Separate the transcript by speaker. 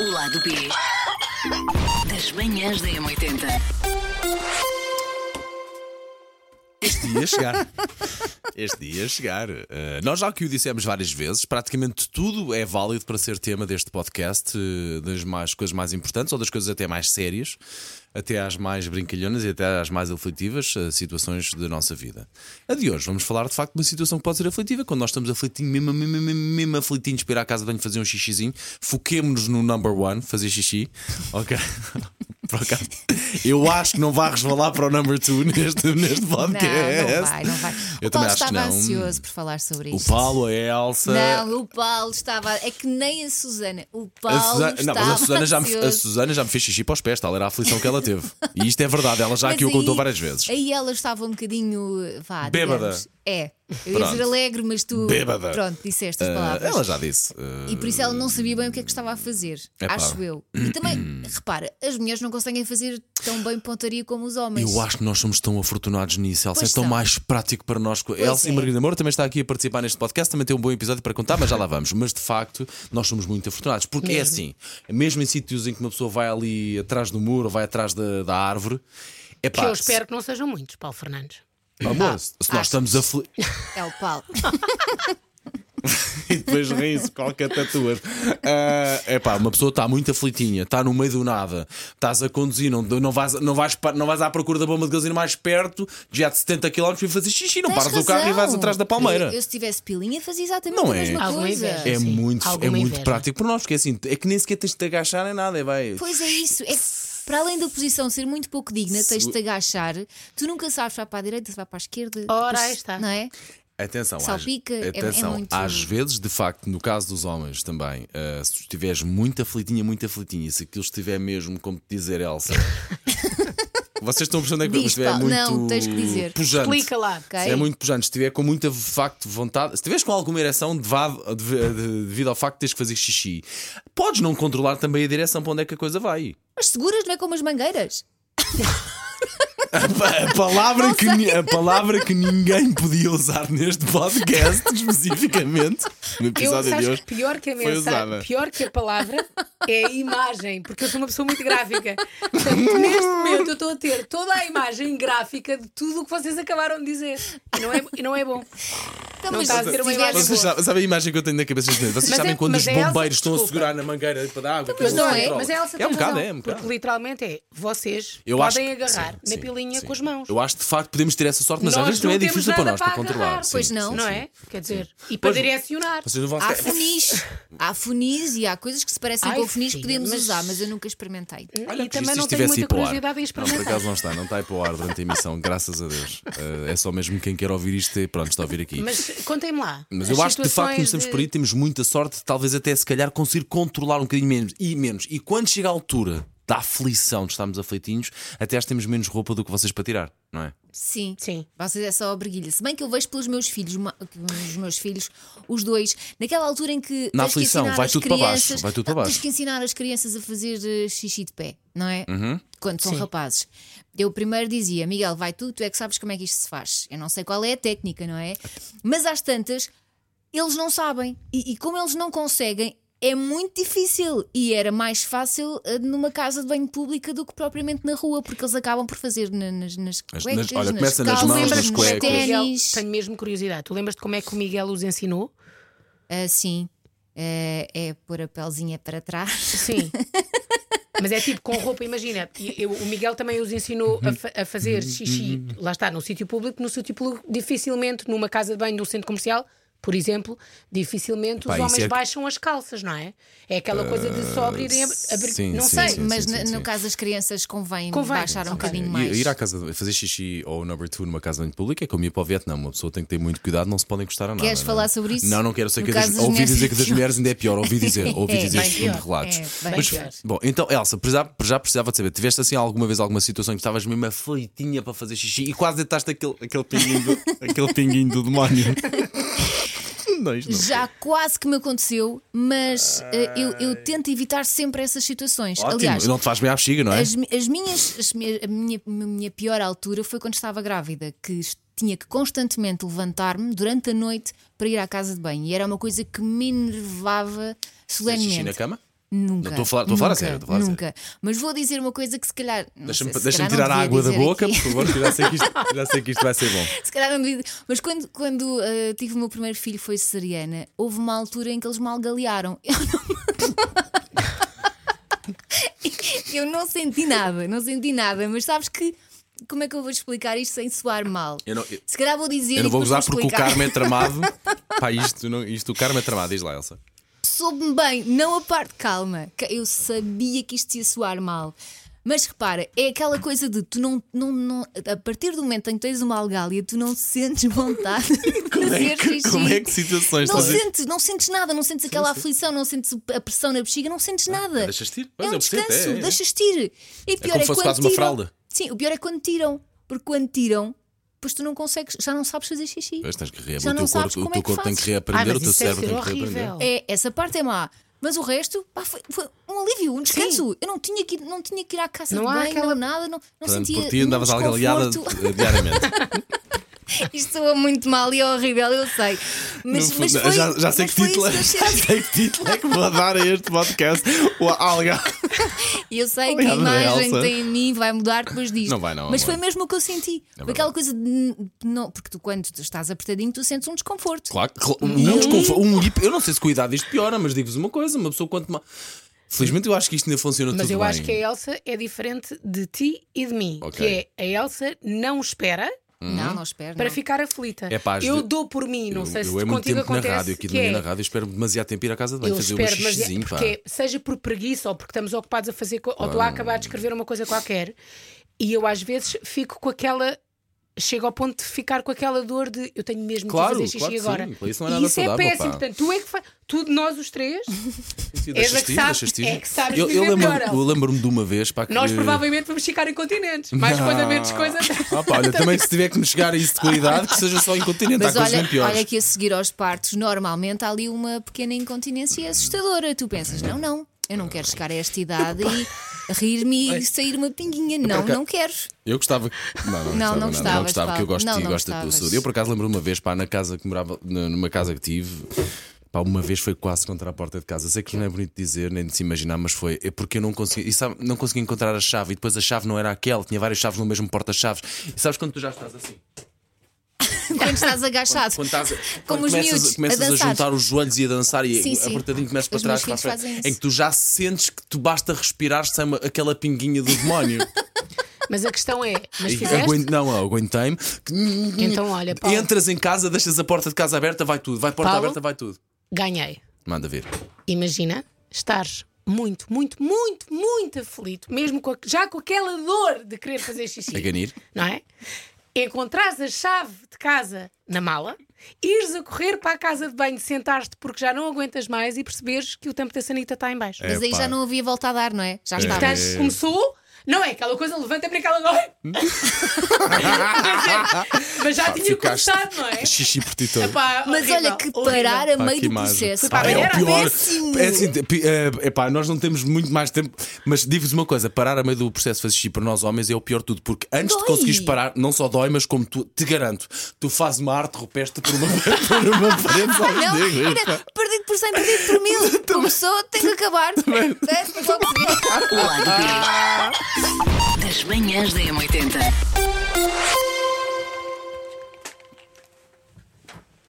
Speaker 1: O lado B das manhãs da M80.
Speaker 2: Este dia chegar. Este dia chegar. Eh, nós já que o dissemos várias vezes, praticamente tudo é válido para ser tema deste podcast, eh, das mais, coisas mais importantes ou das coisas até mais sérias, até às mais brincalhonas e até às mais aflitivas eh, situações da nossa vida. A de hoje, vamos falar de facto de uma situação que pode ser aflitiva, quando nós estamos aflitinhos, mesmo, mesmo, mesmo, mesmo aflitinhos para ir à casa de banho fazer um xixizinho, foquemos-nos no number one, fazer xixi, ok? Por acaso, eu acho que não vai resvalar para o number two neste, neste
Speaker 3: Não,
Speaker 2: podcast.
Speaker 3: não vai, não vai.
Speaker 2: É Eu também
Speaker 3: o Paulo
Speaker 2: acho que
Speaker 3: estava
Speaker 2: não.
Speaker 3: ansioso por falar sobre
Speaker 2: O
Speaker 3: isto.
Speaker 2: Paulo, a Elsa.
Speaker 3: Não, o Paulo estava. É que nem a Susana. O Paulo
Speaker 2: A Susana, não,
Speaker 3: estava.
Speaker 2: mas a Susana, já me, a
Speaker 3: ansioso.
Speaker 2: Susana já me fez xixi para os pés, tal era a aflição que ela teve. E isto é verdade, ela já
Speaker 3: Mas
Speaker 2: aqui o contou
Speaker 3: aí-
Speaker 2: várias vezes.
Speaker 3: Aí ela estava um bocadinho. Vá,
Speaker 2: Bêbada.
Speaker 3: digamos. É. Eu ia
Speaker 2: Pronto.
Speaker 3: dizer alegre, mas tu.
Speaker 2: Bêbada.
Speaker 3: Pronto, disseste as
Speaker 2: Ah,
Speaker 3: palavras.
Speaker 2: ela já disse. ah,
Speaker 3: E por isso ela não sabia bem o que é que estava a fazer.
Speaker 2: Epá.
Speaker 3: Acho eu. E também, repara, as mulheres não conseguem fazer tão bem pontaria como os homens.
Speaker 2: eu acho que nós somos tão afortunados nisso. Elsa
Speaker 3: Pois
Speaker 2: é tão
Speaker 3: são.
Speaker 2: mais prático para nós. Elsa e
Speaker 3: é.
Speaker 2: Margarida Moura também está aqui a participar neste podcast. Também tem um bom episódio para contar, mas já lá vamos. Mas de facto, nós somos muito afortunados. Porque é
Speaker 3: Mesmo.
Speaker 2: assim, mesmo em sítios em que uma pessoa vai ali atrás do muro ou vai atrás da, da árvore, é
Speaker 4: Que
Speaker 2: pá.
Speaker 4: eu espero que não sejam muitos, Paulo Fernandes.
Speaker 2: se, amor, se nós estamos aflitos.
Speaker 3: É o Paulo.
Speaker 2: e depois ri-se qualquer tatuagem. é pá, uma pessoa está muito aflitinha, está no meio do nada, estás a conduzir, não, não, vais, não, vais, pa- não vais à procura da bomba de gasolina mais perto, já de 70 km e fazer xixi, não
Speaker 3: Tens
Speaker 2: paras o carro e
Speaker 3: razão.
Speaker 2: vais atrás da palmeira.
Speaker 3: Eu, eu se tivesse pilinha, fazia exatamente
Speaker 2: Não
Speaker 3: a
Speaker 2: é?
Speaker 3: mesma
Speaker 4: Alguma
Speaker 3: coisa.
Speaker 4: inveja.
Speaker 2: É
Speaker 4: Sim,
Speaker 2: muito, é
Speaker 4: alguma
Speaker 2: muito
Speaker 4: inveja.
Speaker 2: prático para nós, porque é assim, é que nem sequer tens de te agachar nem nada, é vai.
Speaker 3: Pois é isso. É que, para além da posição ser muito pouco digna, tens de te agachar, tu nunca sabes se vai para a direita, se vai para a esquerda.
Speaker 4: Ora,
Speaker 3: depois-
Speaker 4: aí está.
Speaker 3: Não é?
Speaker 2: Atenção, às-
Speaker 3: Salpica, é- é
Speaker 2: atenção
Speaker 3: muito-
Speaker 2: às vezes, de facto, no caso dos homens também, ah, se tu estiveres muito aflitinha, muito aflitinha, e se aquilo estiver mesmo, como te dizer, Elsa. Vocês estão percebendo é que
Speaker 3: Diz,
Speaker 2: estiver
Speaker 3: Paulo.
Speaker 2: muito
Speaker 3: Não, tens que dizer.
Speaker 2: pujante.
Speaker 4: Explica lá.
Speaker 3: Ok.
Speaker 2: Se é muito pujante, se estiver com muita de facto vontade, se estiveres com alguma ereção devado- deve- de- devido ao facto de teres que fazer xixi, podes não controlar também a direção para onde é que a coisa vai.
Speaker 3: Mas seguras, não é como as mangueiras.
Speaker 2: A palavra, que, ni- a palavra que ninguém podia usar neste podcast, especificamente, no episódio de
Speaker 4: sabes que
Speaker 2: hoje.
Speaker 4: pior que a
Speaker 2: foi
Speaker 4: mensagem,
Speaker 2: usada.
Speaker 4: pior que a palavra é a imagem, porque eu sou uma pessoa muito gráfica. Portanto, neste momento eu estou a ter toda a imagem gráfica de tudo o que vocês acabaram de dizer. E não é, e não é bom.
Speaker 3: Então,
Speaker 4: Não
Speaker 3: mas
Speaker 4: estás a
Speaker 3: se
Speaker 4: ter uma
Speaker 3: tiveres-
Speaker 4: imagem
Speaker 2: Vocês
Speaker 4: boa.
Speaker 2: sabem, sabem a imagem que eu tenho na cabeça neste momento? Vocês
Speaker 4: Mas
Speaker 2: sabem
Speaker 4: é-
Speaker 2: quando
Speaker 4: mas
Speaker 2: os
Speaker 4: é Elsa,
Speaker 2: bombeiros estão a
Speaker 4: desculpa.
Speaker 2: segurar na mangueira para dar água, que
Speaker 4: Mas
Speaker 2: aquilo
Speaker 4: não
Speaker 2: se
Speaker 4: é,
Speaker 2: controla.
Speaker 4: mas a Elsa
Speaker 2: é
Speaker 4: tem
Speaker 2: um bocado,
Speaker 4: razão,
Speaker 2: é um bocado.
Speaker 4: porque literalmente é vocês
Speaker 2: Eu acho
Speaker 4: podem
Speaker 2: que-
Speaker 4: agarrar
Speaker 2: sim,
Speaker 4: na
Speaker 2: sim,
Speaker 4: pilinha
Speaker 2: sim.
Speaker 4: com as mãos.
Speaker 2: Eu acho de facto podemos ter essa sorte, mas às
Speaker 4: Nós
Speaker 2: vezes também é
Speaker 4: não temos
Speaker 2: difícil para
Speaker 4: nada
Speaker 2: nós
Speaker 4: para
Speaker 2: para controlar.
Speaker 4: agarrar.
Speaker 2: Sim,
Speaker 3: Pois não.
Speaker 2: sim,
Speaker 4: Não Ah,
Speaker 2: sim.
Speaker 4: é? Quer dizer, e para
Speaker 2: Pois-
Speaker 4: direcionar.
Speaker 2: Vocês não vão
Speaker 3: Há
Speaker 2: ficar.
Speaker 3: funis. Há funis e há coisas que se parecem
Speaker 4: Ai, Hum.
Speaker 3: com funis que
Speaker 4: filha,
Speaker 3: podemos
Speaker 4: mas-
Speaker 3: usar, mas eu nunca experimentei.
Speaker 2: Olha, que
Speaker 4: e também
Speaker 2: isto
Speaker 4: não tenho
Speaker 2: estivesse
Speaker 4: muita
Speaker 2: ir para o ar.
Speaker 4: curiosidade em
Speaker 2: Não, por
Speaker 4: experimentar.
Speaker 2: acaso não está, não está aí para o ar durante a emissão, graças a Deus. Eh, é só mesmo quem quer ouvir isto, e pronto, está a ouvir aqui.
Speaker 4: Mas contem-me lá.
Speaker 2: é Mas
Speaker 4: as
Speaker 2: eu acho que de facto
Speaker 4: situações
Speaker 2: começamos
Speaker 4: de-
Speaker 2: por aí, temos muita sorte, de, talvez até se calhar conseguir controlar um bocadinho menos e menos. E quando chega a altura da aflição de estarmos aflitinhos, até acho que temos menos roupa do que vocês para tirar, não é?
Speaker 3: Sim.
Speaker 4: Sim.
Speaker 3: Vocês é só a briguilha. Se bem que eu vejo pelos meus filhos, uma- os meus filhos, os dois, naquela altura em que.
Speaker 2: Na
Speaker 3: tens que
Speaker 2: aflição,
Speaker 3: ensinar
Speaker 2: vai
Speaker 3: as
Speaker 2: tudo para baixo,
Speaker 3: crianças-
Speaker 2: vai tudo para
Speaker 3: Não,
Speaker 2: baixo.
Speaker 3: Tens que ensinar as crianças a fazer eh, xixi de pé, não é?
Speaker 2: Uhum.
Speaker 3: Quando são
Speaker 4: Sim.
Speaker 3: rapazes. Eu primeiro dizia, Miguel, vai tu, tu é que sabes como é que isto se faz. Eu não sei qual é a técnica, não é? Mas às tantas, eles não sabem. E, e como eles não conseguem. É muito difícil e era mais fácil eh, numa casa de banho pública do que propriamente na rua, porque eles acabam por fazer na- nas, nas
Speaker 2: Nas-
Speaker 3: cuecas,
Speaker 2: nas- olha,
Speaker 3: nas
Speaker 2: começa nas
Speaker 3: calças,
Speaker 2: mãos,
Speaker 4: Lembras-te
Speaker 2: nas
Speaker 3: nos
Speaker 4: como é que o
Speaker 2: cuecas.
Speaker 4: Miguel-
Speaker 3: ténis.
Speaker 4: Tenho mesmo curiosidade. Tu lembras-te como é que o Miguel os ensinou?
Speaker 3: Ah, sim. Ah, é pôr a pelzinha para trás.
Speaker 4: Sim. Mas é tipo com roupa, imagina. E eu- o Miguel também os ensinou a, fa- a fazer xixi, lá está, num sítio público. No sítio público, dificilmente, numa casa de banho, num centro comercial, por exemplo, dificilmente
Speaker 2: Pá,
Speaker 4: os
Speaker 2: isso
Speaker 4: homens
Speaker 2: é-
Speaker 4: baixam as calças, não é? É aquela coisa de só abrirem. A, abrir-
Speaker 2: Ah, sim,
Speaker 4: não
Speaker 2: sim,
Speaker 4: sei.
Speaker 2: sim.
Speaker 3: Mas na-
Speaker 2: sim.
Speaker 3: no caso das crianças convém,
Speaker 4: Convém.
Speaker 3: baixar um
Speaker 4: Ok.
Speaker 3: bocadinho
Speaker 2: Ir-
Speaker 3: mais.
Speaker 2: Ir à casa de- fazer xixi ou number two numa casa de banho pública é como ir para o Vietnã. Uma pessoa tem que ter muito cuidado, não se podem encostar a nada.
Speaker 3: Queres
Speaker 2: não é?
Speaker 3: falar sobre isso?
Speaker 2: Não, não quero. Sei
Speaker 3: No
Speaker 2: que
Speaker 3: caso
Speaker 2: das,
Speaker 3: das
Speaker 2: ouvi
Speaker 3: mulheres
Speaker 2: dizer
Speaker 3: é
Speaker 2: que das
Speaker 3: pior.
Speaker 2: mulheres ainda é pior. Ouvi dizer, ouvi
Speaker 3: É,
Speaker 2: dizer
Speaker 4: bem
Speaker 2: este tipo de
Speaker 4: pior.
Speaker 2: relatos.
Speaker 3: É, bem
Speaker 2: Mas,
Speaker 4: pior.
Speaker 2: bom, então, Elsa, por já, já precisava de saber. Tiveste assim alguma vez alguma situação em que estavas mesmo aflitinha para fazer xixi e quase deitaste aquele, aquele, pinguinho, do, aquele pinguinho do demónio? não, isto não.
Speaker 3: Já quase que me aconteceu, mas ah, eu, eu tento evitar sempre essas situações.
Speaker 2: Ótimo,
Speaker 3: Aliás,
Speaker 2: não te faz bem à bexiga, não é?
Speaker 3: as, mi- as minhas, as mi- a minha, a minha pior altura foi quando estava grávida, que es- tinha que constantemente levantar-me durante a noite para ir à casa de banho. E era uma coisa que me enervava
Speaker 2: Fazer xixi na né?
Speaker 3: solenemente.
Speaker 2: cama? Não,
Speaker 3: Nunca.
Speaker 2: estou a falar- estou a falar a
Speaker 3: nunca,
Speaker 2: sério, estou a falar a
Speaker 3: nunca. Mas vou dizer uma coisa que se calhar. não
Speaker 2: Deixa-me
Speaker 3: sei, se
Speaker 2: deixa-me
Speaker 3: calhar
Speaker 2: tirar
Speaker 3: não
Speaker 2: a
Speaker 3: devia
Speaker 2: água da
Speaker 3: dizer
Speaker 2: boca,
Speaker 3: aqui.
Speaker 2: por favor, que já sei que, isto, já sei que isto vai ser bom.
Speaker 3: Se calhar não devia. Mas quando, quando ah, tive o meu primeiro filho, foi cesariana, houve uma altura em que eles mal galearam. Eu não. eu não senti nada, não senti nada, mas sabes que. Como é que eu vou explicar isto sem soar mal?
Speaker 2: Eu não- eu-
Speaker 3: se calhar vou dizer.
Speaker 2: Eu não
Speaker 3: e
Speaker 2: vou
Speaker 3: depois
Speaker 2: gozar porque o
Speaker 3: explicar.
Speaker 2: Carmo é tramado. Pá, isto, não, isto o Carmo é tramado, diz lá, Elsa.
Speaker 3: soube-me bem, não a parte calma. que Eu sabia que isto ia soar mal. Mas repara, é aquela coisa de tu não, não, não- a partir do momento em que tens uma algália, tu não sentes vontade de fazer
Speaker 2: é que-
Speaker 3: xixi.
Speaker 2: como é que situações
Speaker 3: não
Speaker 2: estás a-
Speaker 3: sentes, não sentes nada, não sentes aquela aflição, não sentes a pressão na bexiga, não sentes nada.
Speaker 2: deixas-te ir.
Speaker 3: É
Speaker 2: Ah, Pois,
Speaker 3: um
Speaker 2: eu percebo,
Speaker 3: descanso,
Speaker 2: é, é, é.
Speaker 3: deixas-te ir. E pior
Speaker 2: como
Speaker 3: é,
Speaker 2: se fosse
Speaker 3: quando
Speaker 2: quase uma
Speaker 3: tiram-
Speaker 2: fralda.
Speaker 3: Sim, o pior é quando tiram, porque quando tiram, depois tu não consegues, já não sabes fazer xixi.
Speaker 2: Pois tens que
Speaker 3: Já
Speaker 2: reabrir. O
Speaker 3: não
Speaker 2: teu
Speaker 3: sabes
Speaker 2: corpo, o
Speaker 3: como
Speaker 2: teu
Speaker 3: é que
Speaker 2: corpo tem que
Speaker 3: fazes.
Speaker 2: reaprender,
Speaker 4: Ai, mas
Speaker 2: o teu
Speaker 4: isso deve
Speaker 2: cérebro
Speaker 4: ser
Speaker 2: tem que reaprender.
Speaker 4: horrível.
Speaker 3: É, essa parte é má. Mas o resto, pá, foi, foi um alívio, um descanso. Eu não tinha, que, ir- não tinha que ir à caça
Speaker 4: Não
Speaker 3: de
Speaker 4: há
Speaker 3: banho,
Speaker 4: aquela-
Speaker 3: não nada, não, não
Speaker 2: Portanto,
Speaker 3: sentia
Speaker 2: por ti andavas
Speaker 3: nenhum
Speaker 2: algaleada
Speaker 3: desconforto.
Speaker 2: eh, diariamente.
Speaker 3: Isto soa muito mal e é horrível, eu sei. Mas,
Speaker 2: No
Speaker 3: mas
Speaker 2: fundo,
Speaker 3: foi,
Speaker 2: já, já sei
Speaker 3: mas
Speaker 2: que
Speaker 3: foi
Speaker 2: título é,
Speaker 3: isso que
Speaker 2: já
Speaker 3: eu senti.
Speaker 2: sei que título é que vou dar a este podcast. O Alga.
Speaker 3: E eu sei
Speaker 2: Obrigado,
Speaker 3: que a imagem
Speaker 2: Elsa.
Speaker 3: que tem em mim vai mudar depois disto.
Speaker 2: Não vai, É não,
Speaker 3: Mas
Speaker 2: amor.
Speaker 3: foi mesmo o que eu senti. Foi aquela coisa de. n- Não, porque tu, quando tu estás apertadinho, tu sentes um desconforto.
Speaker 2: Claro, cl- um desconforto. Um, hip- eu não sei se com a idade isto piora, mas digo-vos uma coisa: uma pessoa quanto mais. Felizmente eu acho que isto ainda funciona
Speaker 4: Mas
Speaker 2: tudo
Speaker 4: eu
Speaker 2: bem.
Speaker 4: acho que a Elsa é diferente de ti e de mim.
Speaker 2: Ok.
Speaker 4: Que é a Elsa não espera
Speaker 2: Uhum.
Speaker 3: Não, não espero.
Speaker 4: para
Speaker 3: não.
Speaker 4: ficar aflita.
Speaker 2: É pá, às
Speaker 4: eu
Speaker 2: vezes-
Speaker 4: dou por mim, não
Speaker 2: eu,
Speaker 4: sei se
Speaker 2: eu é muito
Speaker 4: contigo
Speaker 2: tempo
Speaker 4: acontece.
Speaker 2: na rádio, aqui de
Speaker 4: que
Speaker 2: manhã
Speaker 4: é,
Speaker 2: na rádio, espero demasiado tempo ir à casa de banho
Speaker 4: Eu
Speaker 2: fazer
Speaker 4: espero,
Speaker 2: um
Speaker 4: mas
Speaker 2: xixizinho.
Speaker 4: é-
Speaker 2: pá.
Speaker 4: porque seja por preguiça ou porque estamos ocupados a fazer co- ou estou a acabar de escrever uma coisa qualquer, e eu às vezes fico com aquela. Chego ao ponto de ficar com aquela dor de eu tenho mesmo
Speaker 2: Claro,
Speaker 4: que fazer xixi
Speaker 2: claro que
Speaker 4: agora.
Speaker 2: sim. Para isso não é
Speaker 4: E
Speaker 2: nada
Speaker 4: isso
Speaker 2: saudável,
Speaker 4: é péssimo,
Speaker 2: pá.
Speaker 4: portanto, tu é que faz. Tu de nós os três,
Speaker 2: Sim,
Speaker 4: és a
Speaker 2: deixas-te
Speaker 4: que
Speaker 2: ir,
Speaker 4: sabe-
Speaker 2: deixas-te ir.
Speaker 4: é que sabes
Speaker 2: Eu, eu
Speaker 4: viver
Speaker 2: lembro-
Speaker 4: melhor, Elsa.
Speaker 2: eu lembro-me de uma vez. Pá, que...
Speaker 4: nós provavelmente vamos ficar em continentes. Mais
Speaker 2: Não.
Speaker 4: coisa, menos coisa.
Speaker 2: Eh. Ah, pá, olha, também se tiver que me chegar a isso de qualidade, que seja só incontinente, há
Speaker 3: Mas
Speaker 2: coisas
Speaker 3: olha,
Speaker 2: bem piores.
Speaker 3: olha que a seguir aos partos, normalmente há ali uma pequena incontinência assustadora. Tu pensas, não, não, eu não quero chegar a esta idade e rir-me e sair uma pinguinha. Não,
Speaker 2: acaso-
Speaker 3: não quero.
Speaker 2: Eu gostava. que- Não, não,
Speaker 3: Não,
Speaker 2: gostava,
Speaker 3: não
Speaker 2: não,
Speaker 3: gostavas,
Speaker 2: gostava,
Speaker 3: Paulo.
Speaker 2: que eu gosto
Speaker 3: Não,
Speaker 2: de ti,
Speaker 3: não
Speaker 2: gosto da tua
Speaker 3: gostavas.
Speaker 2: saúde. Eu por acaso lembro uma vez, pá, na casa que morava, n- numa casa que tive, pá, uma vez foi quase contra a porta de casa. Sei que não é bonito dizer, nem de se imaginar, mas foi. É porque eu não consegui, e sabe, não consegui encontrar a chave e depois a chave não era aquela, tinha várias chaves no mesmo porta-chaves. E sabes quando tu já estás assim? Tá,
Speaker 3: Quando estás agachado,
Speaker 2: Quando estás quando
Speaker 3: como os
Speaker 2: começas,
Speaker 3: miúdos,
Speaker 2: começas
Speaker 3: a
Speaker 2: a,
Speaker 3: dançar.
Speaker 2: juntar os joelhos e a dançar e
Speaker 3: Sim, sim.
Speaker 2: apertadinho começas para
Speaker 3: Os
Speaker 2: trás,
Speaker 3: meus
Speaker 2: para a
Speaker 3: filhos
Speaker 2: frente,
Speaker 3: fazem isso.
Speaker 2: em que tu já sentes que tu basta respirar sem uma- aquela pinguinha do demónio.
Speaker 4: Mas a questão é, mas
Speaker 2: E
Speaker 4: fizeste?
Speaker 2: aguento- não, eu aguentei-me.
Speaker 4: Então olha, Paulo,
Speaker 2: Entras em casa, deixas a porta de casa aberta, vai tudo. Vai porta
Speaker 4: Paulo?
Speaker 2: aberta, vai tudo.
Speaker 4: ganhei.
Speaker 2: Manda ver.
Speaker 4: Imagina estares muito, muito, muito, muito aflito, mesmo com a- já com aquela dor de querer fazer xixi.
Speaker 2: A ganir.
Speaker 4: Não é? Encontrares a chave de casa na mala, ires a correr para a casa de banho, sentares-te porque já não aguentas mais e perceberes que o tampo da sanita está em baixo.
Speaker 3: Mas aí
Speaker 2: Epá.
Speaker 3: já não havia volta a dar, não é? Já estava.
Speaker 4: Portanto, começou, não é aquela coisa, levanta para aquela dor. mas, é- mas já tinha começado, não é?
Speaker 2: Xixi por ti todo.
Speaker 4: Epá,
Speaker 3: Mas
Speaker 4: horrível,
Speaker 3: olha que
Speaker 4: horrível.
Speaker 3: parar a
Speaker 2: Pá,
Speaker 3: meio
Speaker 2: que
Speaker 3: do
Speaker 2: imagem.
Speaker 3: processo.
Speaker 4: Pá,
Speaker 2: Ah, é
Speaker 4: era
Speaker 2: o pior.
Speaker 3: péssimo.
Speaker 2: É assim, pi- eh, epá, nós não temos muito mais tempo, mas digo-vos uma coisa: parar a meio do processo de fazer xixi para nós homens é o pior de tudo, porque antes
Speaker 3: Dói.
Speaker 2: de conseguires parar, não só dói, mas como tu, te garanto, tu fazes uma arte rupestre por uma, por uma parede. só
Speaker 3: Não,
Speaker 2: de negro.
Speaker 3: era perdido por 100, perdido por mil. Começou, tem que acabar. É, logo se vê.
Speaker 1: O lado B das manhãs da M80.